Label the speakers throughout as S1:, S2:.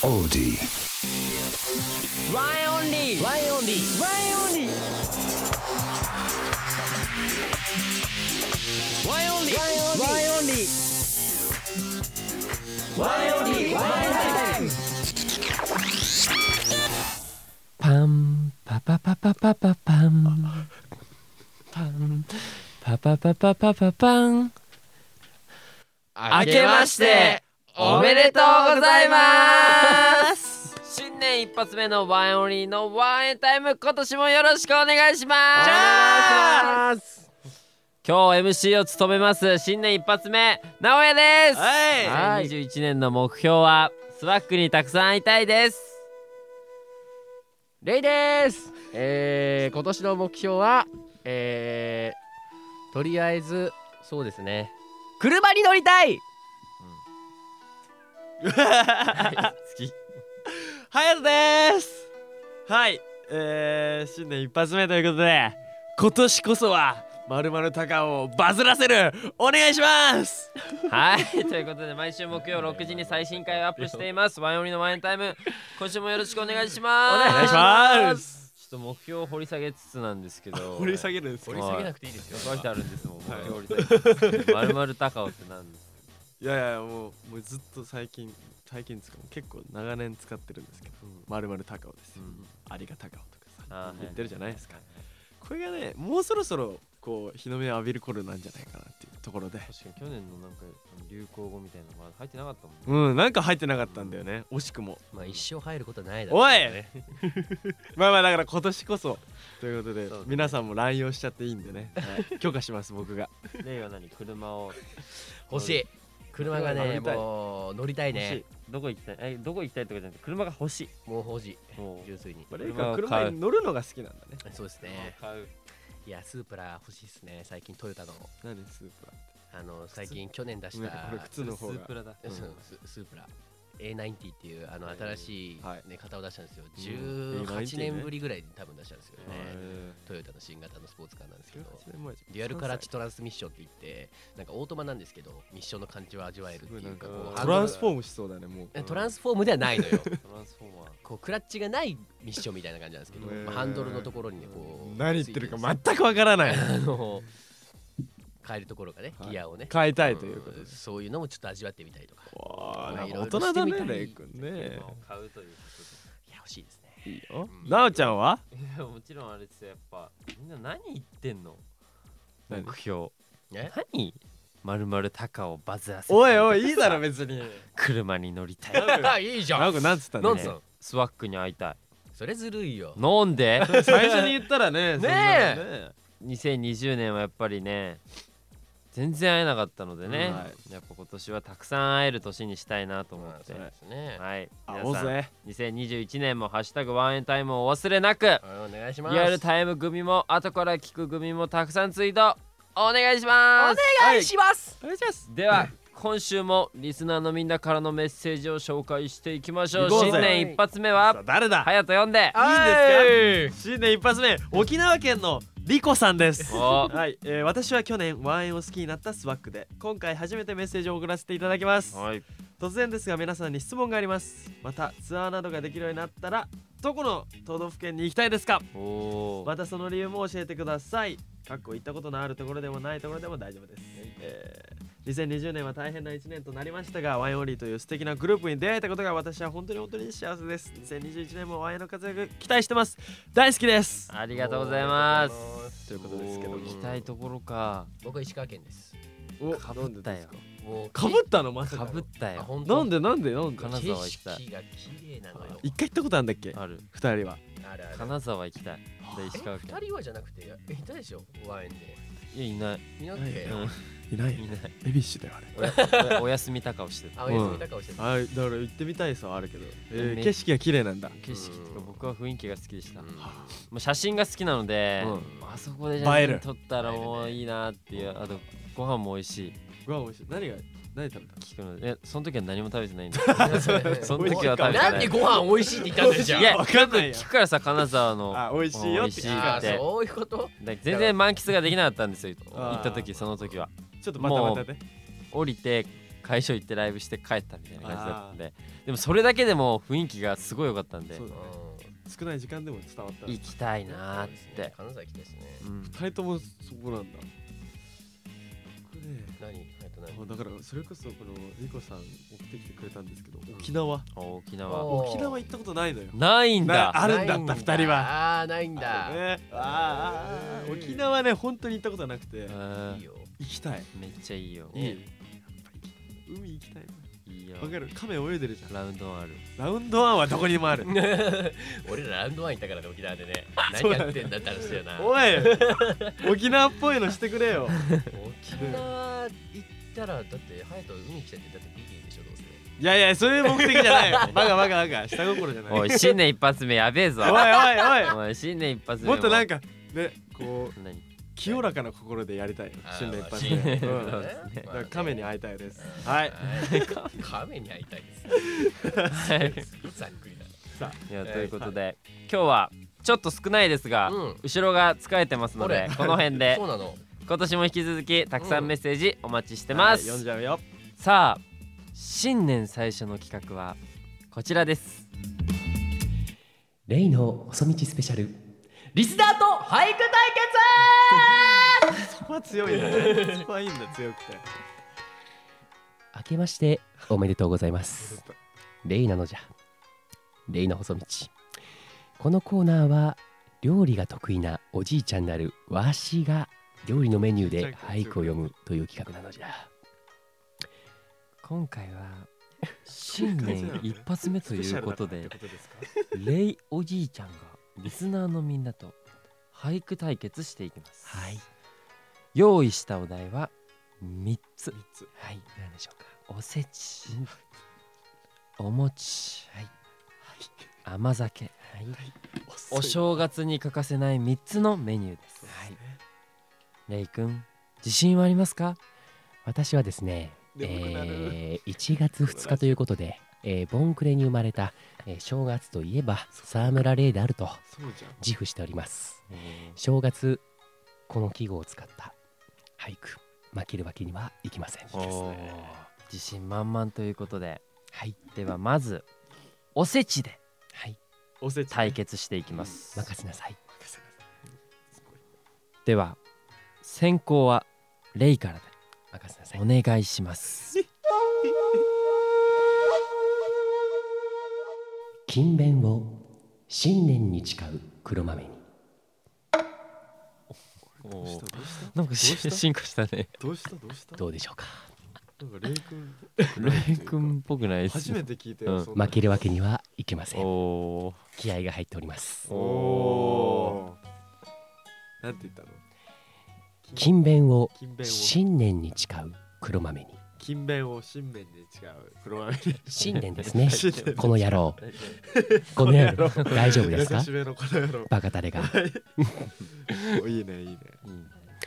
S1: オーディ
S2: ワンオンリーワンオンリーワンオンリーワンオンリーワンオンリーワンオンリーワンオンリー
S3: パンパパパパパパパンパンパパパパパパパン
S2: 明けましておめでとうございます新年一発目のワンオンリーのワンエンタイム今年もよろしくお願いします
S4: ます
S2: 今日 MC を務めます新年一発目直哉です
S4: はい
S2: 2021年の目標はスワックにたくさん会いたいです
S4: レイですえー、今年の目標はえー、とりあえずそうですね車に乗りたい
S5: はやとですはい、えー、新年一発目ということで今年こそはまるまる高尾をバズらせるお願いします
S2: はいということで毎週木曜6時に最新回をアップしていますワイオリのワインタイム今週もよろしくお願いします
S5: お願いします
S2: ちょっと目標を掘り下げつつなんですけど
S5: 掘り下げるんです
S2: 掘
S5: か
S2: り下げなくていいですよ書いてあるんですもん目標掘り下げまるまる高尾ってなんです
S5: いやいやもうもうずっと最近最近ですか結構長年使ってるんですけどまるまる高尾ですよ、
S2: うん
S5: ありが高尾とか
S2: あ
S5: さ
S2: ー
S5: 言ってるじゃないですか、
S2: はい
S5: これがねもうそろそろこう日の目を浴びる頃なんじゃないかなっていうところで
S2: 確かに去年のなんか流行語みたいなのが入ってなかったもんね
S5: うんなんか入ってなかったんだよね惜しくも
S4: まあ一生入ることないだろう
S5: おいまあまあだから今年こそということで
S2: そうですね
S5: 皆さんも乱用しちゃっていいんでね、はい、許可します僕が
S2: 例は何車を
S4: 欲しい車がね
S5: 乗りたい
S4: もう乗りたい
S2: 欲しい
S4: ね
S2: どこ行きたいえどこ行きたいとかじゃなくて車が欲し
S4: もう欲し
S2: いも
S4: いう純粋に
S5: まあ
S2: 車
S5: レイ
S2: を
S5: カ
S2: 買う
S5: は車に乗るのが好きなんだね
S4: そうですね
S2: 買う
S4: いやスープラ欲しいですね最近トヨタの
S5: 何スープラって
S4: あの最近去年出し
S5: ね
S4: た
S5: これ靴の方
S2: スー
S5: が
S2: プラだ
S4: うん ススープラ A90 っていうあの
S2: はい
S4: 新しい、
S5: はい
S4: ね、型を出したんですよ
S5: うん
S4: 18
S5: A90
S4: 年ぶりぐらいに多分出したんですよね、
S5: え
S4: トヨタの新型のスポーツカーなんですけ
S5: ー
S4: ど
S5: 18年前じゃん
S4: デュアルカラッチトランスミッションって言ってなんかオートマなんですけどミッションの感じを味わえるってい
S5: すごいな
S4: うんか
S5: か
S4: こ
S2: う
S4: うんハ
S5: ト
S4: ドル
S5: ランスフォームしそうだねもう
S4: えトランスフォームではないのよ
S2: トランスフォーマー
S4: こうクラッチがないミッションみたいな感じなんですけど、
S5: へー
S4: まあハンドルのところにねこう
S5: 何言ってるか
S4: ついて
S5: 全くわからない
S4: あの変えるところがねギアをね、
S5: 変えたいということ
S4: ん
S5: です、
S4: そういうのもちょっと味わってみたりとか
S5: わあなんか
S4: まあ
S5: 大人だ
S4: いろいろして
S5: ね
S4: みたい
S5: レイ君ね
S2: 車を買うというこ
S4: いや欲しいですね
S5: いいよ
S4: うん
S5: なおちゃんは
S2: とでいやもちろんあれですよやっぱみんな何言ってんの
S5: 何
S2: 目標
S4: ね
S2: 何まるまる高をバズらせて
S5: おいおいいいだろ別 に
S2: 車に乗りたい
S4: いいじゃん
S5: なおくんなんつった
S4: な
S5: の
S4: んつったの
S2: スワックに会いたい
S4: それずるいよ
S2: なんで
S5: 最初に言ったら ね
S4: ねえ
S5: そんなのね
S2: 2020年はやっぱりね全然会えなかったのでね、
S5: うんは
S2: やっぱ今年はたくさん会える年にしたいなと思って、
S4: そうですね、
S2: はい
S5: 会おう
S2: 皆さん
S5: ぜ
S2: 2021年も「ハッシュタグワンエンタイム」をお忘れなく
S4: お願いします
S2: リアルタイム組も後から聞く組もたくさんツイートお願いします
S4: お願いします、
S5: お願いします
S2: では今週もリスナーのみんなからのメッセージを紹介していきましょう
S5: 行こうぜ
S2: 新年一発目
S5: さ
S2: は
S5: あ誰だ
S2: 隼人読んで
S5: いいんですか新年一発目沖縄県のリコさんです
S2: お
S5: はい、えー私は去年ワンエンを好きになったスワックで今回初めてメッセージを送らせていただきます
S2: はい
S5: 突然ですが皆さんに質問がありますまたツアーなどができるようになったらどこの都道府県に行きたいですか
S2: お
S5: またその理由も教えてくださいかっこ行ったことのあるところでもないところでも大丈夫です、えー2020年は大変な1年となりましたがワインオンリーという素敵なグループに出会えたことが私は本当に本当に幸せです2021年もワインの活躍期待してます大好きです
S2: ありがとうございます
S5: ということですけど
S2: お
S5: も
S2: ー行きたいところか
S4: 僕は石川県です
S5: お
S2: かぶったよ
S4: もう
S5: かぶったのまさ
S2: か
S5: か
S2: ぶった
S4: あ
S2: よ
S4: 本当
S5: なんでなんでなんで
S2: か金
S4: 景
S2: 沢行きたい
S4: 色が綺麗なのよ
S5: 一回行ったことあるんだっけ
S2: ある
S5: 二人は
S4: あるある
S2: 金沢行きたいで石川
S4: え
S2: 県
S4: 二人はじゃなくてえいたでしょワインで
S2: いやいない
S4: いなくて
S2: う
S5: いない
S2: んいない
S5: エビッシュだよあれ
S2: お やお休み高をしてた
S4: 青休み高をしてた、
S5: あだから行ってみたいさはあるけど、え
S2: め
S5: ー、景色が綺麗なんだ
S2: 景色とか僕は雰囲気が好きでした、
S4: う
S2: も
S4: ん
S2: う写真が好きなので、
S5: う
S2: あそこで写
S5: 映え
S2: 真
S5: る
S2: 撮ったら
S4: 映え
S2: もう
S4: るね
S2: いいなっていうあとご飯も美味しい
S5: ご飯美味しい何が何食べた
S2: 聞くのでえその時は何も食べて ないんですけど その時は食べて
S4: な
S2: なん
S4: で
S2: い
S4: ご飯美味しいって言ったんだよじゃあ
S2: いや
S5: わかんないよ
S2: 聞くからさ金沢の
S5: あ美味しいよって聞い
S2: 美
S4: あ
S2: 味しい
S5: た
S2: って
S4: ーそういうこと
S2: で全然満喫ができなかったんですよ
S5: あー
S2: 行った時その時は
S5: ちょっとバタバタで
S2: 降りて会場行ってライブして帰ったみたいな感じだったんででもそれだけでも雰囲気がすごい良かったんで
S5: そうだね少ない時間でも伝わった
S2: 行きたいなーって、
S4: 金沢行きたいですね
S2: うん
S5: 二人ともそこなんだ僕ね
S4: 何えっと何
S5: あだからそれこそこのリコさん持ってきてくれたんですけど沖縄
S2: 沖縄
S4: おー
S5: 沖縄行ったことないのよ
S2: ないんだ
S5: なあるんだった
S4: ない
S5: 二人は
S4: あーないんだ
S5: あねあーあーあー沖縄ね本当に行ったことなくて
S2: うん
S4: いいよ
S5: 行きたい
S2: めっちゃいいよ
S5: いいやっぱ行き海行きたい
S2: いいよ
S5: わかる亀泳いでるじゃん
S2: ラウンドワンある
S5: ラウンドワンはどこにでもある
S4: 俺らラウンドワン行ったからね沖縄でね
S5: そ
S4: 何
S5: うだね
S4: やってんだって話だよな
S5: おい沖縄っぽいのしてくれよ
S4: 沖縄行ったらだってハヤト海来たってだってビギーでしょどうせ
S5: いやいやそういう目的じゃないよバカバカバカ下心じゃない
S2: おい新年一発目やべえぞ
S5: おいおいおい
S2: おい新年一発目
S5: もっとなん
S2: か
S5: かねこう
S2: 何
S5: 清らかな心でやりたいよ
S4: あー
S5: 新年一発
S4: まあ
S5: 目
S4: 新年一
S5: う
S4: 発
S5: んだ
S4: 目ね
S2: そうですね
S5: から亀に会いたいです
S4: は
S5: はい
S4: い亀に会いたいですねざっくりだ
S2: いや
S4: えー
S2: ということで今日はちょっと少ないですが
S4: うん
S2: 後ろが疲れてますので
S4: 俺
S2: この辺で
S4: そうなの
S2: 今年も引き続きたくさんメッセージお待ちしてま
S5: はい読ん
S2: す
S5: じゃうよ
S2: さあ新年最初の企画はこちらです
S4: レイの細道スペシャルリスナーと俳句対決
S5: そこは強いねそこはいいんだ強くて
S4: 明けましておめでとうございますレイなのじゃレイの細道このコーナーは料理が得意なおじいちゃんなるわしが料理のメニューで俳句を読むという企画なのじゃ
S2: 今回は新年一発目ということでレイおじいちゃんがリスナーのみんなと俳句対決していきます、
S4: はい、
S2: 用意したお題は3つ
S5: 三つ
S4: はい何でしょうか
S2: おせちお餅、甘酒、お正月に欠かせない3つのメニューです、はい、レイ君自信はありますか
S4: 私はですね、
S5: 眠くなる
S4: えー、1月2日ということで、えー、ボンクレに生まれた、えー、正月といえば沢村レイであると
S5: そうじゃん
S4: 自負しております正月この記号を使った俳句負けるわけにはいきません
S2: おー自信満々ということで
S4: はい
S2: ではまずおせちで
S4: はい
S5: おせち
S2: 対決していきます、
S4: 任せなさい
S2: では先行はレイからで
S4: 任せなさい
S2: お願いします
S4: 勤勉を新年に誓う黒豆に
S5: どうしたどうし
S2: なんか
S5: し
S2: 進化したね
S5: たどうしたどうした
S4: どうでしょうか
S5: なんかレイ君
S2: レイ君っぽくないです
S5: 初めて聞いた
S2: う
S5: よ
S2: ん
S5: そんな
S4: 負けるわけにはいきません
S2: お
S4: 気合が入っております
S2: ーお
S5: おーなんて言ったの
S4: 勤勉を
S5: 勤勉を
S4: 新年に誓う黒豆に
S5: 勤勉を新面で違う黒豆
S4: 新年です ね
S5: 新年
S4: この野 郎この野郎大丈夫です
S5: 優
S4: か
S5: しめのこの野郎
S4: バカタレ が
S5: おいいねい
S2: ーいい
S5: いね
S2: ね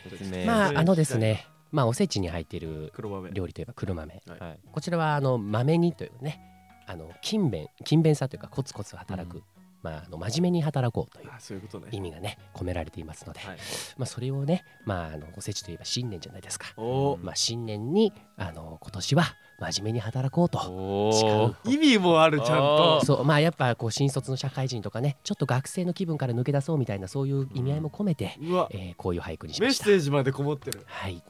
S2: 説明
S4: まあ
S5: えー
S4: あのですねまあおせちに入っている
S5: 黒豆
S4: 料理といえば黒豆
S5: 理
S2: はい
S4: こちらはあの豆にというねあの勤勉勤勉さというかコツコツ働く、
S2: う
S4: まあ、あの真面目に働こうという
S5: あそういうことね
S4: 意味がね込められていますので、
S5: はい
S4: まあ、それをね、まあ、あのおせちといえば新年じゃないですか、
S5: お
S4: まあ、新年にあの今年は真面目に働こうと
S2: おー
S4: 誓
S5: 意味もあるちゃんと
S4: そうまあやっぱこう新卒の社会人とかねちょっと学生の気分から抜け出そうみたいなそういう意味合いも込めて、
S5: うわ
S4: えーこういう俳句にし
S5: メ
S4: ま
S5: ッ
S4: した
S5: セ。ージまでこもってる
S4: はい、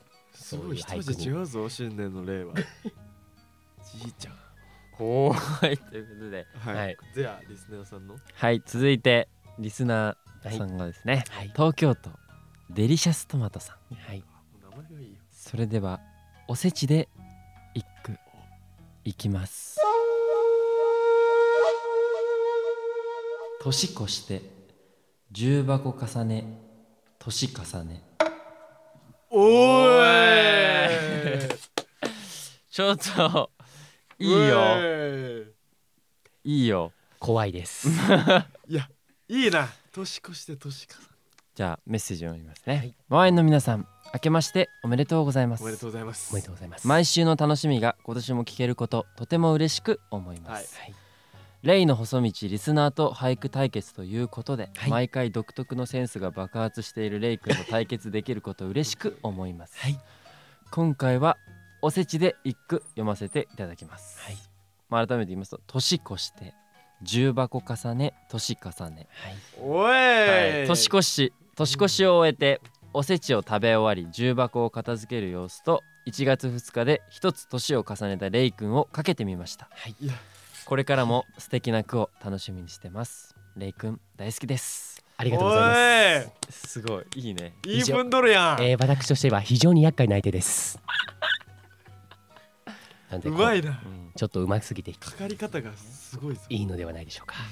S4: そ
S5: す
S4: う
S5: ご
S4: いう
S5: い一
S4: 俳句に
S5: 味違うぞ新年の 例はじいちゃん
S2: おーはいということで
S5: は
S4: はいい
S5: じゃあリスナーさんの
S2: はい続いてリスナーさんがですね、
S4: はい
S2: 東京都デリシャストマトさん
S4: はい、
S5: 名前がいいよ
S2: それではおせちで一句いきます年越して重箱重ね年重ね
S5: お
S2: ーちょっといいよ いいよ
S4: 怖いです。
S5: いやいいな年越して年重ね
S2: じゃあメッセージを読みますね、ワインの皆さん明けましておめでとうございます
S5: おめでとうございます
S4: おめでとうございます。
S2: 毎週の楽しみが今年も聞けることとても嬉しく思います、
S5: はい
S4: はい
S2: レイの細道リスナーと俳句対決ということで、
S4: はい
S2: 毎回独特のセンスが爆発しているレイ君と対決できることを嬉しく思います、
S4: はい
S2: 今回はおせちで一句読ませていただきます、
S4: はい
S2: まあ、改めて言いますと年越して重箱重ね年重ね、
S5: お
S2: はい
S5: い
S2: 年越し年越しを終えておせちを食べ終わり重箱を片付ける様子と1月2日で一つ年を重ねたレイくんをかけてみました、
S4: はい
S5: いや
S2: これからも素敵な句を楽しみにしてますレイくん大好きです
S4: ありがとうございます
S2: すごいいいね
S5: いい分取るやん、
S4: えー、私としては非常に厄介な相手です。なんで
S5: う
S4: こ
S5: まいな
S2: うん
S4: ちょっとうますぎて
S5: かかり方がすごいぞ
S4: いいのではないでしょうか。はい、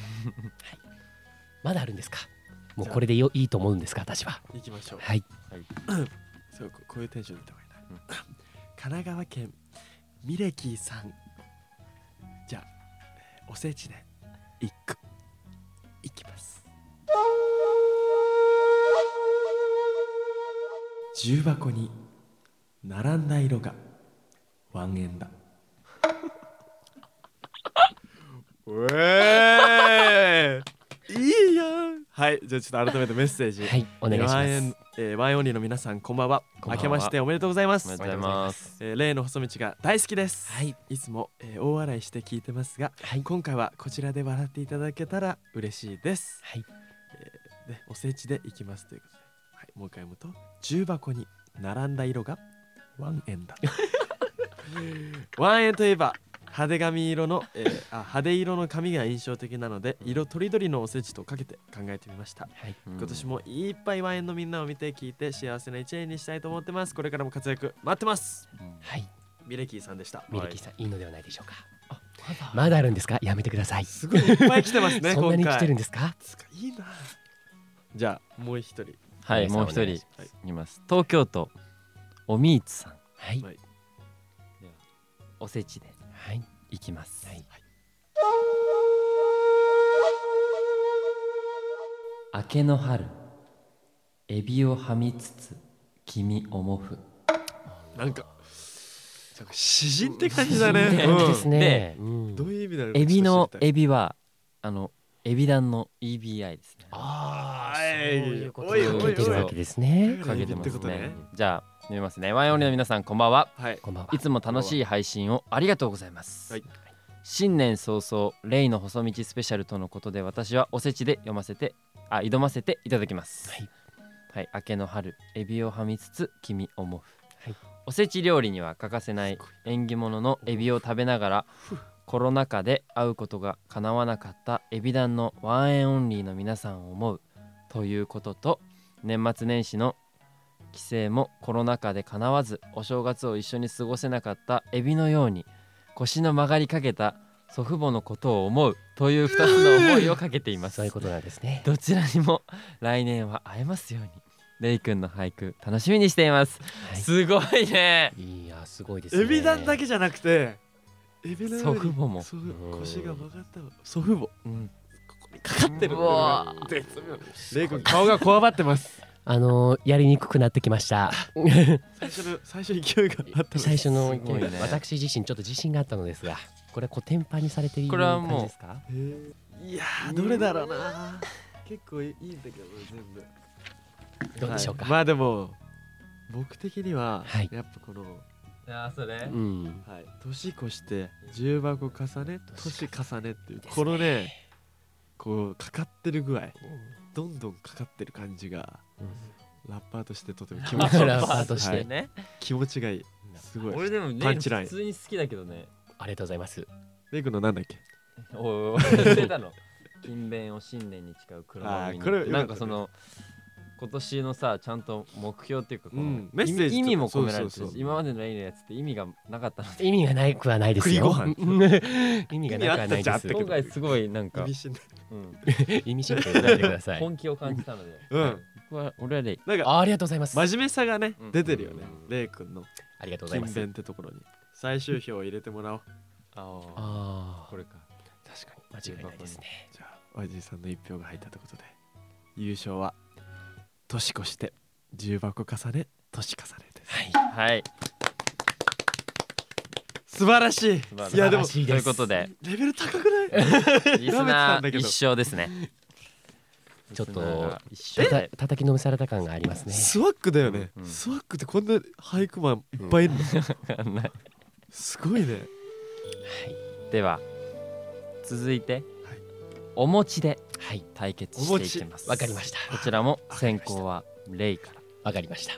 S4: まだあるんですかもうこれでよいいと思うんですか私は。
S5: 行きましょう
S4: はい。
S5: そうここういうテンションでいった方がいいな、神奈川県ミレキーさんじゃあえーおせちで一句いきます重箱に並んだ色がワンエ ンだうえいいやんはいじゃあちょっと改めてメッセージ
S4: はい、お願いし
S5: ワ
S4: ま
S5: ンエン
S4: す。
S5: えーワンオンリーの皆さんこんばんは
S2: こんばんは
S5: 明けましておめでとうございます
S2: おめでとうございます
S5: えー例の細道が大好きです、
S4: はい、
S5: いつも、えー大笑いして聞いてますが
S4: はい、
S5: 今回はこちらで笑っていただけたら嬉しいです
S4: はい、
S5: でおせちでいきますということで、はい、もう一回読むと重箱に並んだ色がワン エンだワンエンといえば派手髪色の、えーあ派手色の髪が印象的なので色とりどりのおせちとかけて考えてみました
S4: はい。
S5: 今年もいっぱいワインのみんなを見て聞いて幸せな一年にしたいと思ってますこれからも活躍待ってます
S4: はい、
S5: ミレキーさんでした
S4: ミレキさん、いいのではないでしょうか。まだあるんですかやめてください。
S5: すごいいっぱい来てます ね
S4: そんなに
S5: 今回
S4: 来てるんですか
S5: つかいいなじゃあもう一人
S2: はい
S4: 皆さん
S2: もう一
S4: お願い
S2: 人
S4: し
S5: ます
S2: います東京都おみいつさん
S4: はい、
S5: はい
S2: おせちで
S4: はい、
S2: いきます、
S4: はい
S2: 明けの春エビをはみつつ君おもふ
S5: なんかなんか詩人って感じだね
S4: いい感じですね
S2: で。
S4: うん
S5: うんどういう意味だろう
S2: エビの
S5: ビ
S2: エビはあのエビ団の EBI ですね
S5: ああ
S4: そういうこと
S5: おいお
S4: 聞
S5: い
S4: いてる
S5: おい
S4: わけですね。
S5: かけて
S2: て
S5: ま
S2: ますす
S5: ね
S2: ねじゃあ読みますねワインオンリーの皆さんこんばんは。
S5: はい
S4: こんばんはい
S2: つも楽しい配信をありがとうございます、
S5: はい
S2: 新年早々レイの細道スペシャルとのことで私はおせちで読ませてあ挑ませていただきます
S4: はい、
S2: はい、明けの春エビをはみつつ君おもふ、
S4: はい
S2: おせち料理には欠かせない縁起物のエビを食べながらコロナ禍で会うことがかなわなかったエビ団のワンエンオンリーの皆さんを思うということと年末年始の帰省もコロナ禍でかなわずお正月を一緒に過ごせなかったエビのように腰の曲がりかけた祖父母のことを思うという2つの思いをかけています
S4: そういうことなんですね。
S2: どちらにも来年は会えますようにレイくんの俳句楽しみにしています、
S4: は
S2: すごいね
S4: い、いや、すごいですね。
S5: エビ団だけじゃなくてエビのよ
S2: 祖
S5: うに
S2: 父母も
S5: そう
S4: うん
S5: 腰が曲がった祖父母
S2: うん
S5: ここにかかってる
S2: うわ
S5: 絶妙レイ君顔がこわばってます
S4: あのーやりにくくなってきました。
S5: 最初の最初勢いがあった
S4: 最初の、
S2: すごいね
S4: 私自身ちょっと自信があったのですが、これはコテンパンにされている
S2: これはも
S4: 感
S2: う
S4: じですか？
S5: へーいやーどれだろうな結構いいんだけど全部
S4: どうでしょうか
S5: はいまあでも僕的には
S4: はい
S5: やっぱこの
S2: あそれ
S4: うん。
S5: はい年越して重箱重ね年重ねっていう
S4: ですね
S5: このねこうかかってる具合どんどんかかってる感じがラッパーとしてとても気持ちがいい
S4: ラッパーとして
S5: はい
S2: ね、
S5: 気持ちがいいすごい
S2: 俺でも
S5: パ
S2: ね
S5: ンチライン
S2: 普通に好きだけどね
S4: ありがとうございます。
S5: レイ君のなんだっけ
S2: おいおい忘れたの勤勉を新年に誓う黒の
S5: あー
S2: 海
S5: これよかったね
S2: なんかその今年のさちゃんと目標っていうかこの、
S5: うんメッセージとか
S2: 意味も込められてるし
S5: そうそうそう
S2: 今までのレイのやつって意味がなかったの
S4: 意味がないくはないですよ。
S5: 栗
S4: 意味がなくはない
S5: 意味あったじ
S4: で
S5: ゃんっ
S4: す
S5: て。
S2: 今回すごいなんか
S5: 意味、深ない
S2: うん
S4: 意味深くなってください。
S2: 本気を感じたので
S5: うん
S2: 僕は俺はレイ
S5: なんか
S4: あありがとうございます。
S5: 真面目さがね、
S2: うん
S5: 出てるよね
S4: うん
S5: レイ君の
S4: ありがとうございま
S5: 勤
S4: す。
S5: 勉ってところに最終票を入れてもらおう
S2: あー
S4: ああ
S2: これか
S4: 確かに間違いないですね。
S5: じゃあおじいさんの一票が入ったということで優勝は年越して重箱重ね年重ねです
S4: はい。
S2: はい
S5: 素晴らしい
S2: 晴らしい
S5: いやでも
S4: 素晴らしいです
S2: ということで
S5: レベル高くない
S2: リスナ
S5: 舐めてたんだけ
S2: ー
S5: ど
S2: 一生ですね
S4: ちょっと
S5: 一緒
S4: たた叩きのめされた感がありますね
S5: スワックだよね、
S2: うんうん
S5: スワックってこんな俳句マンいっぱいいるの、
S2: ない
S5: すごいね
S2: では続いて
S5: はい
S2: お餅で
S4: はい
S2: 対決していきます
S4: わかりました
S2: こちらも先行はレイから
S4: わかりました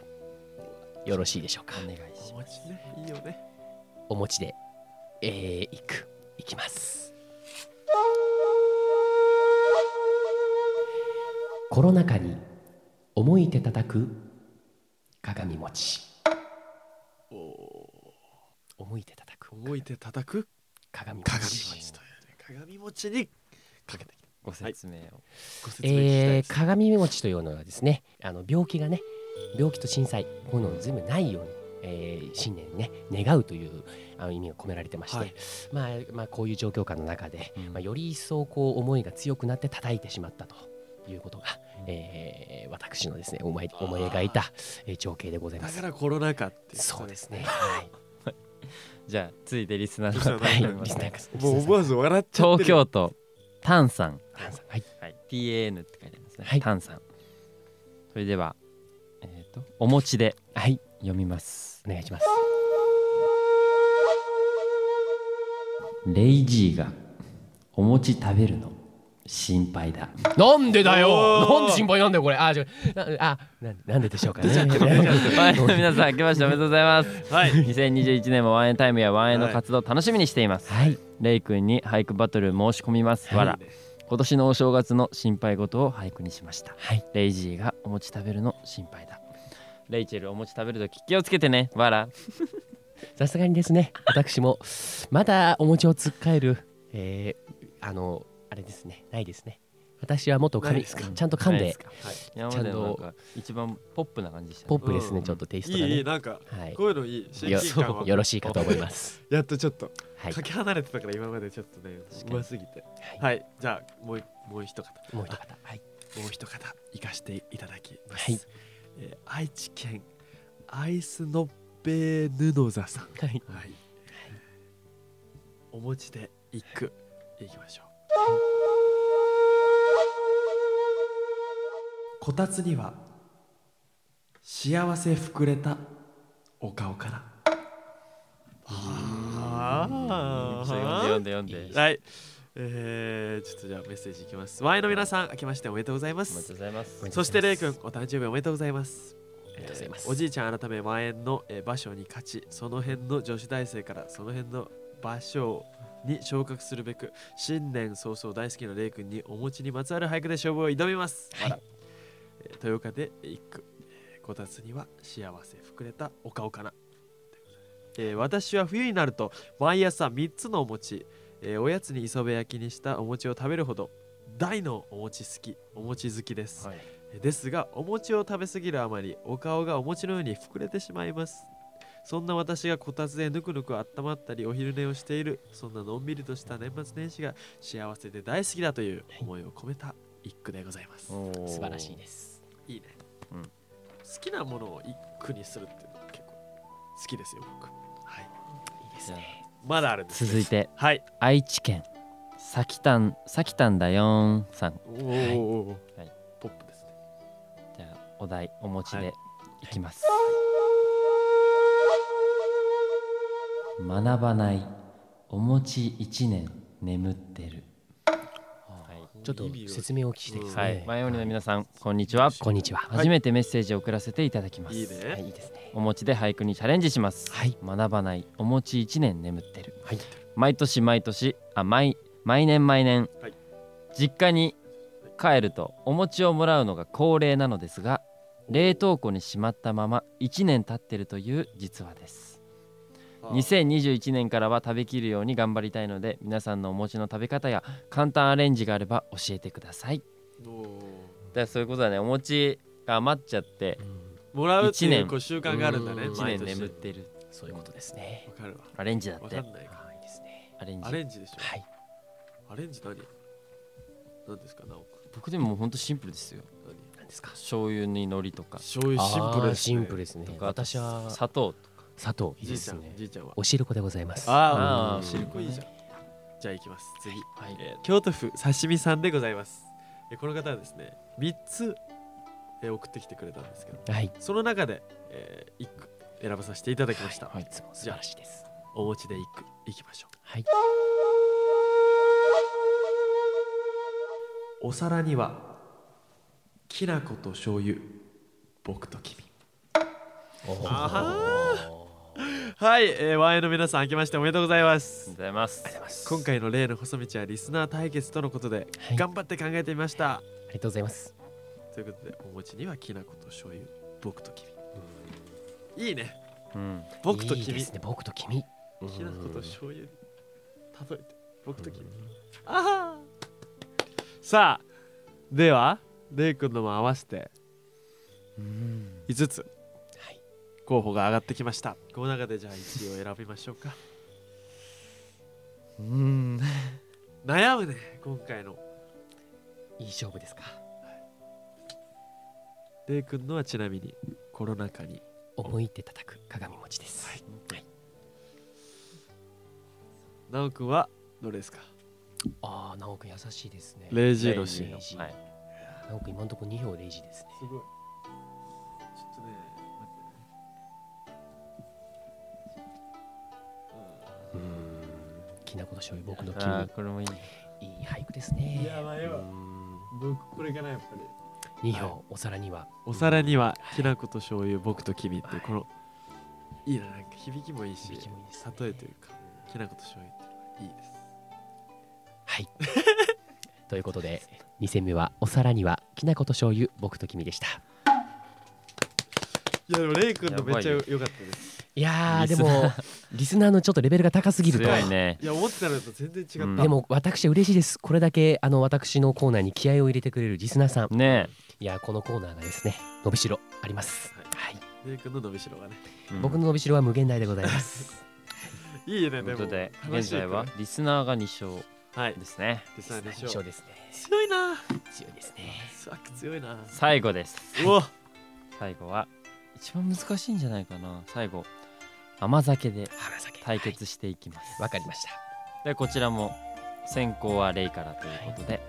S4: よろしいでしょうか
S2: お願いし
S5: お
S2: ま
S5: 餅ねいいよね
S4: お餅でえー、いくいきますコロナ禍に思い手叩く鏡餅思い手叩く
S5: 思い手叩く
S4: 鏡餅
S5: 鏡餅というね鏡餅にかけて
S2: ご説明を
S5: ご説明したい
S4: え
S5: で
S4: ー、
S5: す、
S4: 鏡餅というのはですねあの病気がね病気と震災こういうのを全部ないように、えー新年にね願うというあの意味が込められてまして、
S5: はい
S4: まあ、まあこういう状況下の中で、
S2: うん
S4: まあ、より一層こう思いが強くなって叩いてしまったということが、えー私のですね思い思い描いた、えー情景でございま
S5: だ
S4: す。
S5: からコロナ禍って
S4: そうですね。はい。
S2: じゃあ続いてリスナー
S5: リスナ
S2: の
S5: ー
S2: 方
S4: はい。
S2: に
S4: リ
S2: 参り
S4: ス
S2: ます
S4: ナーさん
S5: もう思わず笑っちゃ
S2: 東
S5: ってる
S2: 京都タンさん、
S4: リスナーさんはい。
S2: はい、TAN って書いてありますね、
S4: はい
S2: タンさんそれではえっ、とお餅で
S4: はい。
S2: 読みます
S4: お願いします。
S2: レイジーがお餅食べるの心配だ
S4: なんでだよ。
S5: おー
S4: なんで心配なんだよこれ。あ、じゃあ、なあ、なんなんででしょうかね。
S2: はい、皆さん、明けましておめでとうございます。
S5: はい
S2: 2021年もワンエンタイムやワンエンの活動を楽しみにしています。
S4: はい。
S2: レイ君に俳句バトル申し込みます。わら。今年のお正月の心配事を俳句にしました。
S4: はい
S2: レイジーがお餅食べるの心配だ。レイチェル、お餅食べるとき気をつけてね。わら。
S4: さすがにですね、私もまだお餅をつっかえる、えー、あの、あれですね、ないですね。私はもっと噛
S5: ない
S4: み
S5: ですか
S4: ちゃんと噛ん
S2: ない
S4: で
S2: です、か。今までのなんか一番ポップな感じでしたね。
S4: ポップですね、
S5: うん
S4: ちょっとテイス
S5: い
S4: トが
S5: いい
S4: ね
S5: い。なんか
S4: はい
S5: こういうのいい親
S4: よ
S5: 近感は
S4: よろしいかと思います。
S5: やっとちょっと
S4: はい
S5: か。け離れてたから今までちょっとねうますぎて
S4: はい
S5: はいじゃあもういもう一方
S4: もう一方。はい。
S5: もう一方行かしていただきます、
S4: はい
S5: えー愛知県アイスのっぺ布座さん
S4: はい。
S5: はい、お餅で一句いきましょう、こたつには幸せ膨れたお顔からあ
S2: ちょっと読んで読んで読んで。あ
S5: はいえー、ちょっとじゃあメッセージいきますワイの皆さん明けましておめでとうございま
S2: りがと
S5: す
S2: うございます。
S5: そしてレイ君お誕生日おめでとうございますおめ
S4: でとうございます
S5: おじいちゃん改め前の、えー場所に勝ちその辺の女子大生からその辺の場所に昇格するべく新年早々大好きなレイ君にお餅にまつわる俳句で勝負を挑みます、
S4: はい
S5: あらえー豊岡で一句、えーこたつには幸せ膨れたお顔かな、えー私は冬になると毎朝3つのお餅、えーおやつに磯辺焼きにしたお餅を食べるほど大のお餅好きお餅好きです、
S2: はい
S5: ですがお餅を食べ過ぎるあまりお顔がお餅のように膨れてしまいますそんな私がこたつでぬくぬく温まったりお昼寝をしているそんなのんびりとした年末年始が幸せで大好きだという思いを込めた一句でございます、
S2: おー
S4: 素晴らしいです。
S5: いいね、
S2: うん
S5: 好きなものを一句にするっていうのは結構好きですよ僕はい
S4: いいですね。
S5: まだあるんですね
S2: 続いて
S5: はい
S2: 愛知県さきたんさきたんだよーんさん
S5: おお、
S2: はい
S5: ポップですね
S2: じゃあお題お持ち
S5: は
S2: で
S5: い
S2: いきます、学ばないお餅一年眠ってるはい、
S4: ちょっと説明をお聞きしてですね。
S2: はい、バイオリンの皆さんこんにちは
S4: こんにちは。
S2: 初めてメッセージを送らせていただきます
S5: いいね、
S4: はい、いいですね。
S2: お餅で俳句にチャレンジします、
S4: はい
S2: 学ばないお餅一年眠ってる、
S4: はい
S2: 毎年毎年あ毎毎年毎年、
S5: はい
S2: 実家に帰るとお餅をもらうのが恒例なのですが冷凍庫にしまったまま1年経ってるという実話です2021年からは食べきるように頑張りたいので皆さんのお餅の食べ方や簡単アレンジがあれば教えてくださいだ
S5: おー
S2: からそういうことだねお餅が余っちゃって
S5: もらうっ
S2: 一
S5: ていう
S2: 年
S5: こう習慣があるんだね
S4: うん
S2: 1
S5: 毎
S2: 年
S5: 年
S2: 眠ってる
S4: そういうことですね。
S5: わかるわ
S2: アレンジだっ
S5: わ
S2: て
S5: かんないか
S4: あ、いいですね。
S2: アレンジ
S5: アレンジでしょ
S4: はい。
S5: アレンジ何何ですかなおく
S2: 僕でもほんとシンプルですよ
S5: 何
S4: 何ですか。
S2: 醤油に海苔とか
S5: 醤油シンプルです、ね、
S4: シンプルですね
S2: と。か
S4: 私は
S2: 砂糖とか
S4: 佐藤いい
S5: じ
S4: で
S5: いち
S4: す
S5: ゃん
S4: ね。
S5: じいちゃんは
S4: おしるこでございます。
S5: あ
S2: あ
S5: あ
S2: ー
S5: シルコいいじゃんじゃあ行きます次、
S2: はい
S5: えー京都府刺身さんでございますえこの方はですね3つ、え送ってきてくれたんですけど
S4: はい。
S5: その中で、えー、1句選ばさせていただきました、
S4: いつも素晴らしいです。
S5: お持ちで1句いきましょう
S4: はい。
S5: お皿にはきな粉と醤油僕と君はい、えー、ワインの皆さん明けましておめでとうございます
S2: ございます。
S5: 今回の例の細道はリスナー対決とのことで、
S4: はい
S5: 頑張って考えてみました
S4: ありがとうございます。
S5: ということでお餅にはきな粉と醤油僕と君いいね
S2: うん。
S5: 僕と君
S4: いいですね。僕と君。
S5: きな粉
S4: う
S5: と
S4: ん
S5: 醤油例えて僕と君ああさあではレイ君のも合わせて5つ
S4: はい。
S5: 候補が上がってきましたこの中でじゃあ1位を選びましょうか
S2: うん。
S5: 悩むね今回の
S4: いい勝負ですか。
S5: レイ君のはちなみにコロナ禍に
S4: 思い出叩く鏡餅です。はい。
S5: ナオ君はどれですか
S4: ああ、なおくん優しいですね。
S5: レイジー
S2: 0
S5: ロ
S2: 時
S5: シ
S4: レ
S5: ー
S4: イ
S2: の
S4: ジ
S2: はい。
S4: なおくん今のところ2票レイジーですね。
S5: すごい。ちょっとね、
S4: うーん。きなこと醤油僕の
S2: ああ、
S4: 君。
S2: これもいい。
S4: いい俳句ですね。
S5: やばいわ
S4: うーん
S5: 僕これかなやっぱり。
S4: 二票お皿には。
S5: お皿にはきな粉と醤油、僕と君っていうこのいいななんか響きもいいし、
S4: 響きもいいですね
S5: 例えというかきな粉と醤油っていうのはいいです。
S4: はい。ということで、2戦目はお皿にはきなこと醤油僕と君でした。
S5: いやでもレイ君のめっちゃ
S2: やばい
S5: 良
S2: よ
S5: かったです。
S4: いやー、で
S2: リス
S4: も、リスナーのちょっとレベルが高すぎると。
S2: 強いね。
S5: いや思ってたのと全然違った。
S2: うん
S4: でも私は嬉しいです。これだけあの私のコーナーに気合を入れてくれるリスナーさん。
S2: ね
S4: いやーこのコーナーがですね伸びしろあります。はい。
S5: レイ君の伸びしろがね。
S2: え。うん
S4: 僕の伸びしろは無限大でございます。
S5: いい
S2: とい
S5: ねで
S2: う
S5: も
S2: ことで、
S5: 楽
S2: 現
S5: しいこれ
S2: 在はリスナーが2勝
S5: はい。
S2: ですね。
S5: リスナーでし
S4: 一
S5: ょ
S4: 緒
S5: う。
S4: ですね。
S5: 強いな。
S4: 強いですね。
S5: スワック強いな。
S2: 最後です。
S5: うわ。
S2: 最後は、一番難しいんじゃないかな。最後、甘酒で
S4: 花酒
S2: 対
S4: はい
S2: 決していきます。
S4: わ、かりました。
S2: で、こちらも先行はレイからということで、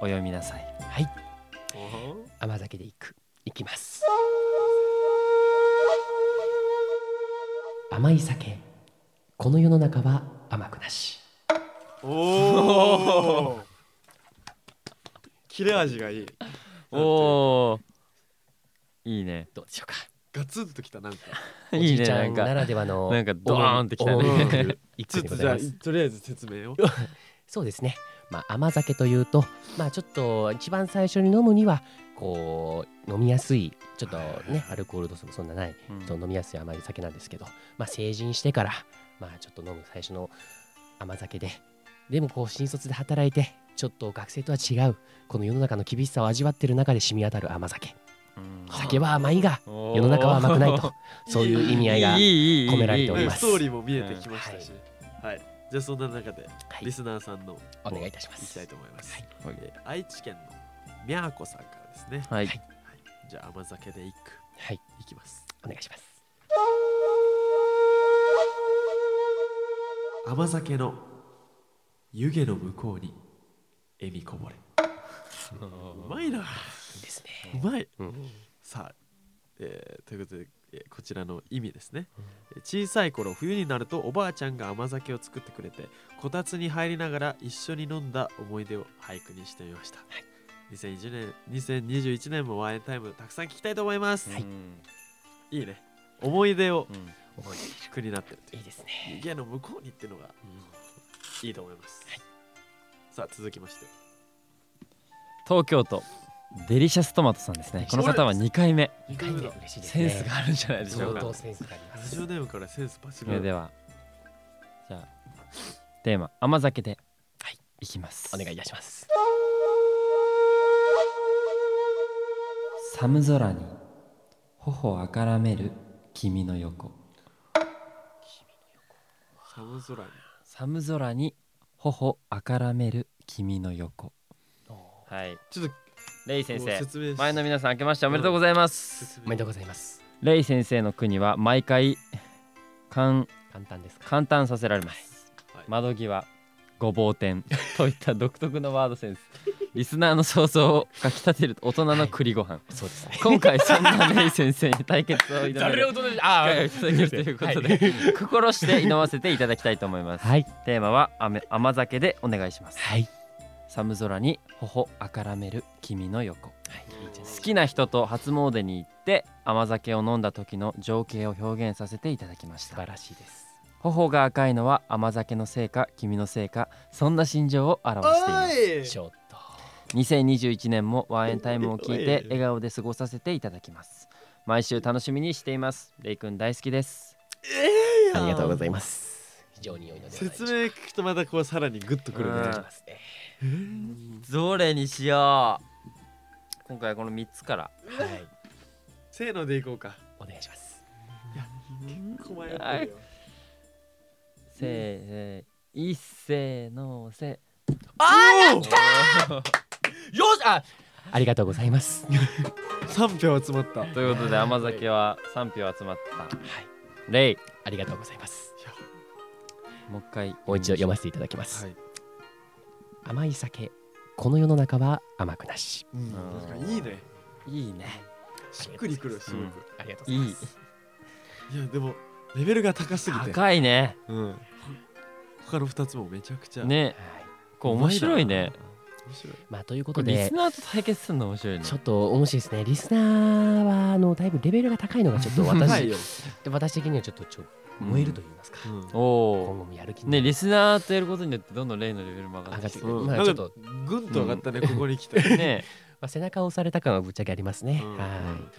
S2: お読みなさい。
S4: はい
S5: おほ
S4: 甘酒でいくいきます。甘い酒この世の中は甘くなし。
S5: おお切れ味がいい
S2: おお。いいね。
S4: どうでしょうか。
S5: ガツンときたなんか
S4: お
S2: い
S4: じ
S2: い
S4: い
S2: ね。
S4: ちゃ
S2: なんん
S4: な
S2: か。
S4: らではの
S2: なんかドーンってきたね
S4: 思い出る一
S5: ち
S4: 句でご
S5: ょっとじ
S4: ざい
S5: ゃあ
S4: ます。
S5: とりあえず説明を
S4: そうですね。まあ甘酒というと、まあちょっと一番最初に飲むにはこう飲みやすいちょっとねアルコール度数もそんなない、
S2: うん
S4: そう飲みやすい甘い酒なんですけど、まあ成人してからまあちょっと飲む最初の甘酒で、でもこう新卒で働いてちょっと学生とは違うこの世の中の厳しさを味わってる中で染み渡る甘酒。
S2: うん
S4: 酒は甘いが
S2: おー
S4: 世の中は甘くないとそういう意味合いが。
S2: いい
S4: 込められてお
S5: な
S4: り
S5: ん
S4: ま
S5: か
S4: す
S5: ストーリーも見えてきましたし、はいじゃあそんな中で
S4: はい
S5: リスナーさんの
S4: お願いいたしま
S5: いき
S4: す
S5: たい。と思います、
S4: はい
S2: はい
S5: えー愛知県のみゃーこさんからですね
S2: はい。
S5: じゃあ甘酒で一句
S4: はい、
S5: いきます
S4: お願いします。
S5: 甘酒の湯気の向こうに笑みこぼれうまいない
S4: いです
S5: う
S4: ね。
S5: まい
S4: うん
S5: さあ、えーということで、えーこちらの意味ですね、えー小さい頃冬になるとおばあちゃんが甘酒を作ってくれてこたつに入りながら一緒に飲んだ思い出を俳句にしてみました、2020年2021年もワインタイムたくさん聞きたいと思います、
S2: はい。
S5: いいね思い出を
S2: うん
S4: 覚えている
S5: 句になってるとい
S4: いいですね。
S5: う家の向こうにっていうのがいいと思います、さあ続きまして
S2: 東京都デリシャストマトさんですね。この方は2回目。
S4: 二回目嬉しいです
S2: セ
S4: ね。
S2: ンスがあるんじゃないでしょう
S4: 相
S2: か。
S4: 当センスがありま
S5: ラ
S4: す。
S5: ジオネームからセンスパチ
S2: それでは、じゃあテーマ甘酒で、はい、いきます。
S4: お願いいたします。
S2: 寒空に頬あからめる君の横。
S5: 寒空に
S2: 寒空に頬あからめる君の横。はい。
S5: ちょっと
S2: レイ先
S5: こう
S2: 生。
S5: 説明し
S2: 前の皆さん明けましておめでとうございます。
S5: 説
S4: お
S5: 明
S4: めでとうございます。
S2: レイ先生の国は毎回簡
S4: 簡単ですか。
S2: 簡単させられます、
S5: はい
S2: 窓際ごぼう天といった独特のワードセンスリスナーの想像をかき立てる大人の栗ご飯、
S4: そうですね。
S2: 今回そんなレイ先生に対決を挑める
S4: 誰をどうで あ
S2: 機会をいただけるということで、心して挑ませていただきたいと思います、
S4: はい
S2: テーマは雨甘酒でお願いします
S4: はい。
S2: 寒空に頬あからめる君の横好
S4: はいいいじゃない
S2: きな人と初詣に行って甘酒を飲んだ時の情景を表現させていただきまし
S4: 素
S2: た
S4: 晴らしいです。
S2: 頬が赤いのは甘酒のせいか君のせいかそんな心情を表しています
S5: い
S4: ちょっと。
S2: 2021年もワンエンタイムを聞い
S5: お
S2: て
S5: い
S2: 笑顔で過ごさせていただきます毎週楽しみにしていますレイくん大好きです
S5: ええ
S4: ありがとうご
S5: い
S4: ざいます。非常に良いのではないでし
S5: 説
S4: ょう
S5: 明
S4: か。
S5: 聞くとまたこうさらにグッとくるね、
S2: うん
S4: きますね。
S2: どれにしよう今回はこの3つから
S4: はい。
S5: せーのでいこうか
S4: お願いします。
S5: 結構迷ってるよ
S2: せーせーいっせーの せ
S4: よしあありがとうございます。
S5: 3票集まった
S2: ということで甘酒は3票集まった、レイ
S4: ありがとうございます。
S2: もう一回
S4: もう一度読ませていただきます。
S5: はい
S4: 甘い酒。この世の中は甘くなし。
S5: うん、なんかいいね
S2: いいね
S5: しっくりくるすごく、
S4: ありがとうござい
S2: い
S4: ま
S2: い
S4: す。
S5: いやでもレベルが高すぎて
S2: 高いね
S5: うん、他の2つもめちゃくちゃ
S2: ね
S4: はい。
S2: こう面白いね
S5: 面白い
S4: まあというこ
S2: ことれリ
S4: で
S2: ス。ナーと対決するの面白いね
S4: ちょっと面白いですね。リスナーはあのだいぶレベルが高いのがちょっ と
S5: 高い
S4: 私
S5: よ、
S4: 私的にはちょっとちょ燃えると言いますか。
S5: うん
S2: お
S4: 今
S2: お
S4: 後もやる気
S2: ーね
S4: に
S2: リスナーとやることによってどんどんレイのレベルも上がってきて
S4: 上がって
S5: うん
S4: まあ
S5: なんか
S4: ちょっと
S5: ぐんと上がったね、ここに来て、
S2: ね
S4: まあ背中を押された感はぶっちゃけありますね。
S5: うん
S4: はい。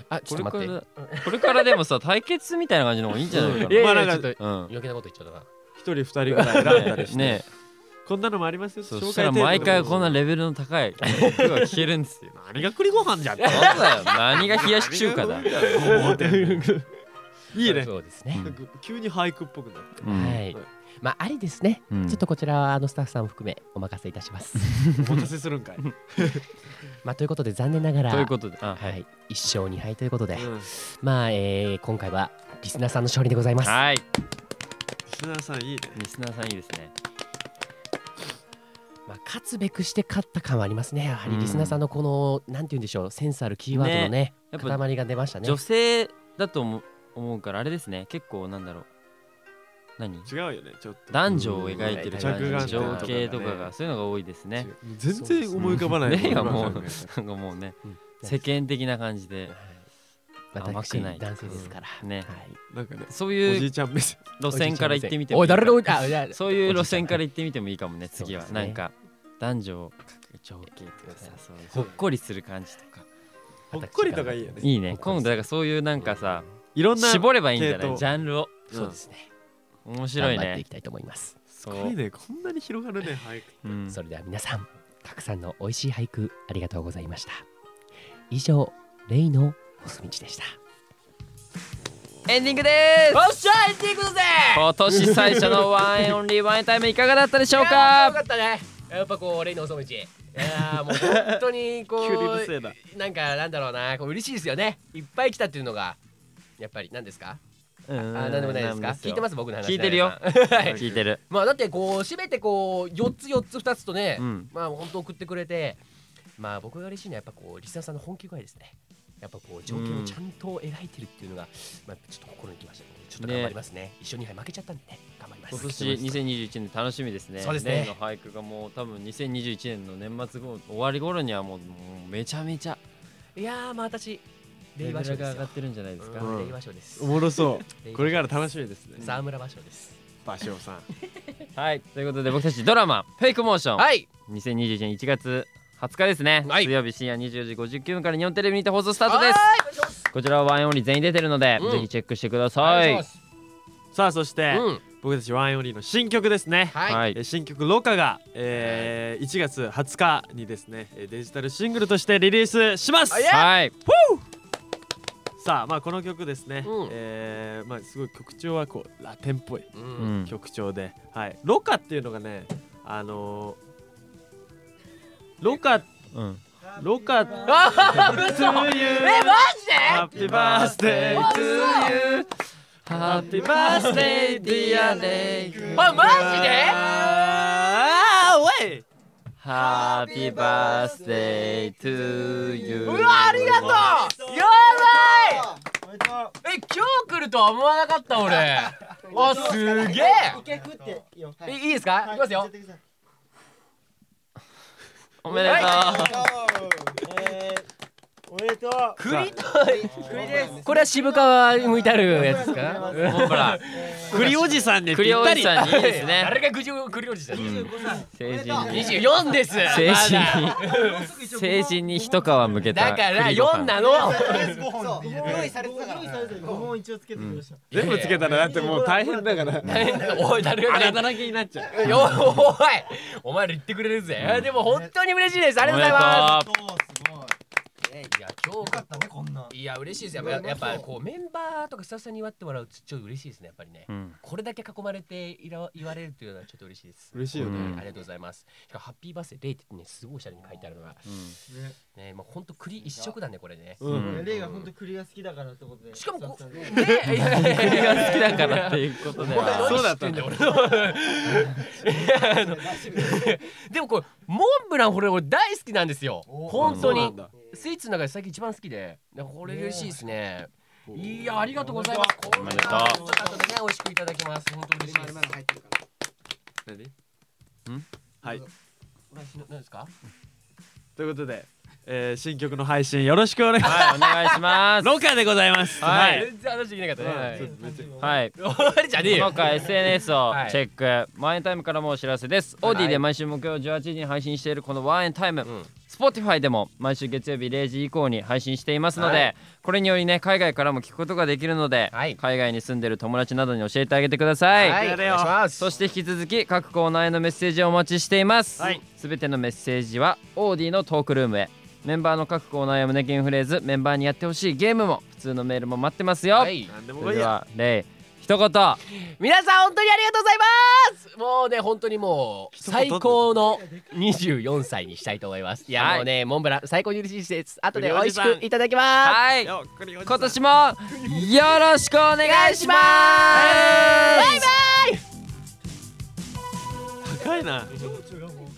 S4: あ ち
S2: こ
S4: ょっ
S2: れ
S4: と待
S2: か
S4: って。
S2: らこれからでもさ対決みたいな感じの方がいいんじゃないか
S5: うんいや
S2: な
S5: まあ
S4: ち
S5: な
S4: ょ
S5: ん
S4: っ
S5: か
S4: と
S2: うん
S4: 余計なこと言っちゃったな。
S5: 一人二人ぐらい選んだりして、
S2: ね
S5: こんなのもありますよ
S2: そ
S5: 紹
S2: うそ
S5: 介
S2: したら毎回こんな
S5: の
S2: レベルの高い曲が聴けるんですよ
S5: 何が栗ご飯じゃん
S2: そうだよ何が冷やし中華だ
S5: いいね
S4: そうですね。
S5: なんか急に俳句っぽくなって
S2: うん
S4: はい。まあありですね。
S2: うん
S4: ちょっとこちらはあのスタッフさんを含めお任せいたし ます。
S5: お待たせするんかい、うん
S4: まあということで残念ながら。
S2: ということであ
S4: はい。一勝二敗ということで、まあ、えー、今回はリスナーさんの勝利でございます。
S2: はい
S5: 石田さんいいね
S2: リスナーさんいいですね
S4: まあ、勝つべくして勝った感はありますね。やは
S2: う
S4: り
S2: ん
S4: リスナーさんのこの、なんて言うんでしょう、センスあるキーワードのね、
S2: やっぱ
S4: 塊が出ましたね
S2: 女。性だと思う思うからあれですね結構なんだろう何
S5: 違うよねちょっと
S2: 男女を描いてる感じ
S5: うん
S2: の
S5: 着眼点とか
S2: 情
S5: ね
S2: 景とかがそういうのが多いですね
S5: 全然思い浮か ばない
S2: ね
S5: 今
S2: もう
S5: 考えたら
S2: なんかもうね
S4: うん
S2: 世間的な感じで甘
S4: 私
S2: くない
S4: 男性ですから。
S2: ね
S4: はい。
S5: なんかね
S2: そう
S5: おじ
S2: いう
S5: いちゃん目線
S2: 路線から行ってみても
S4: お
S2: い
S4: い
S2: いか
S4: 誰
S2: な
S4: のおじあいや
S2: そういう路線から
S4: おじ
S2: 行ってみてもいいかもね次は
S4: そうです
S2: な
S4: ね
S2: んか男女を描く情景とかさそういうほっこりする感じとか
S5: ほっこりとかいいよね
S2: いいね今度だからそういうなんかさ
S5: いろんな
S2: 絞ればいいんじゃ
S5: 系
S2: ない
S5: 統
S2: ジャンルを
S4: いちゃんそうですね。
S2: 面白
S4: 頑
S2: い
S4: 張ってい
S2: ね
S4: きたいと思います。
S2: そ
S5: いいうねこんなに広が るね俳句
S2: うん
S4: それでは皆さん、たくさんの美味しい俳句ありがとうございました。以上、レイの細道でした。
S6: エンディングですよっしゃエンディングだぜ
S2: 今年最初のワンエンオンリーワンエンタイムいかがだったでしょうか
S4: よかったね。やっぱこうレイの細道。いやーもう本当に こ
S5: 急にうるせえな
S4: うなんかなんだろうなこう嬉しいですよね。いっぱい来たっていうのがやっぱり何ですか？
S2: うん
S4: あーなんでもないですか？聞いてますす僕の話。
S2: 聞いてるよ
S4: 皆さんはい。
S2: 聞いてる
S4: まあだってこう締めてこう四つ四つ二つとね、
S2: うん
S4: まあ本当送ってくれて、まあ僕が嬉しいのはやっぱこうリスナーさんの本気具合ですね。やっぱこう情景をちゃんと描いてるっていうのが、まあちょっと心にきましたね。ちょっと頑張りますね。一緒に負けちゃったんでね、頑張ります。
S2: 今年2021年楽しみですね。
S4: そうですね
S2: 例の俳句がもう多分2021年の年末後終わり頃にはもうもうめちゃめちゃ
S4: いやーまあ私
S2: レ
S4: 令和
S2: ベ
S4: 賞
S2: ル
S4: で
S2: が上
S4: す
S2: が
S4: よ
S2: っ。てるんじゃないですか。
S5: うん
S4: 令和賞です
S5: お。もろそ
S4: 令
S5: う
S4: 和
S5: これから楽しみですね
S4: 沢村芭蕉です。
S5: 場所さん
S2: はい、ということで僕たちドラマ「フェイクモーション」
S4: はい。
S2: 2021年1月20日ですね、
S4: はい
S2: 水曜日深夜24時59分から日本テレビにて放送スタートですこちらはワンエンオンリー全員出てるので、
S4: うん
S2: ぜひチェックしてくだ
S4: は
S2: さ
S4: い
S2: い
S4: お願いします。
S5: さあそして、
S4: うん。
S5: 僕たちワンオンリーの新曲ですね、
S4: はい
S2: はい
S5: えー新曲「ロカが、えー1月20日にですねえーデジタルシングルとしてリリースします
S2: はい
S5: さあまあこの曲ですね、
S4: うん
S5: えーまあ、すごい曲調はこうラテンっぽい
S4: うん。
S5: 曲調で、はい、ロカっていうのがねあのー、ロカ
S2: うん
S5: ロカ
S6: えマジで
S5: ハッピーバースデー to you ハッピーバース デーディアレイ
S6: あマジで
S5: あーおい
S7: Happy birthday to you
S4: うわありがとうやばいえ今日来るとは思わなかった俺あすげ
S8: 一回食っていいよ。は
S4: え
S8: い
S4: いいですか、い、きますよ
S8: 教えてください
S7: おめでとう、
S8: えーおめでとう。
S4: 栗と
S8: 栗です。
S9: これは渋川向いてあるやつですか
S8: うん
S7: ほら
S5: 栗おじさんで
S7: 栗おじさんにいいです ね
S4: 誰がぐじゅぐりおじさん
S2: 成人に
S4: 24ですま
S2: 成
S4: だ
S2: 人に成人に一皮むけた
S4: だから
S2: 栗ご飯
S4: 4なの
S8: そう用意されてたから。用意されてたから。五本一応つけてきました。
S5: 全部つけたらだってもう大変だから
S4: おい誰が
S5: 働きになっちゃう
S4: おいおいお前ら言ってくれるぜ、でも本当に嬉しいですありがとうございます
S8: おーすごい。
S4: いや今日
S8: ったねこんな。
S4: いや嬉しいですやっぱやっぱこうメンバーとかスタッフさんに祝ってもらうとちょっと嬉しいですねやっぱりね、
S2: うん
S4: これだけ囲まれていら言われるというのはちょっと嬉しいです、
S5: 嬉しいよ
S2: う
S5: ね
S2: ん
S4: ありがとうございますしかもハッピーバースデーレイってねすごいおしゃれに書いてあるのが、ねまあ本当栗一色だねこれね、
S5: う
S2: うん
S5: ん
S8: レイが本当栗が好きだからってことで。
S4: しかもこ
S8: スタッフさん
S4: ね
S8: ね
S4: いやいやいや
S2: 栗が好きだからっていうことで
S4: お前
S2: は
S5: そ
S4: 何知
S5: うだ
S4: っ
S5: ったた
S4: ん
S5: ん
S4: だ
S5: だ
S4: よ俺のいやあのでもこれモンブランこれ俺大好きなんですよ
S8: お
S4: 本当
S5: そうな
S4: に
S5: んだ
S4: スイーツの中で最近一番好きでなんかこれ嬉しいですねいやありがとうございます
S2: おめでとう
S4: こんなちょっと後でね美味しくいただきます本当嬉しいです
S8: 入ってるから。
S5: 何はい
S4: ななんですか
S5: ということで、えー、新曲の配信よろしくお願いしま
S2: はいお願いします
S5: す ロカでございます
S2: はい
S4: 全然話できなかったねは
S5: そう
S4: い
S2: はい
S4: 終わりじゃねえ
S2: その
S4: よ
S2: 他 SNS を
S4: はい
S2: チェック、ワンエンタイムからもお知らせです、オーディで毎週木曜18時に配信しているこのワンエンタイム、
S4: ん
S2: Spotify でも毎週月曜日0時以降に配信していますので、
S4: は
S2: これによりね海外からも聞くことができるので、
S4: はい
S2: 海外に住んでる友達などに教えてあげてください、
S4: はい
S5: やれ
S4: お願いし
S5: よ
S4: ます
S2: そして引き続き各コーナーへのメッセージをお待ちしています
S5: はい
S2: すべ、てのメッセージはオーディのトークルームへメンバーの各コーナーや胸キュンフレーズメンバーにやってほしいゲームも普通のメールも待ってますよ、
S4: はい
S5: 何でも
S2: そ
S5: 来
S2: れ
S5: い
S2: で
S5: や
S2: はレイ一言
S4: 皆さん本当にありがとうございますもうね本当にもう最
S5: 言取って
S4: 高の24歳にしたいと思いますいや、
S2: はい
S4: もうねモンブラン最高に嬉しいです後で美
S5: 栗お
S4: 味
S5: じ
S4: し
S5: さん
S4: くいただきます
S2: はい
S5: よ栗おじさ
S2: 今年
S5: ん
S2: もよろしくお願いします
S5: 高いな
S8: 情緒がもう。